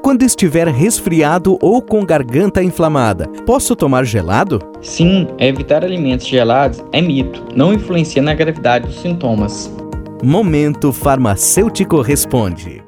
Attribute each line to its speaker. Speaker 1: quando estiver resfriado ou com garganta inflamada. Posso tomar gelado?
Speaker 2: Sim, evitar alimentos gelados é mito, não influencia na gravidade dos sintomas.
Speaker 1: Momento Farmacêutico Responde.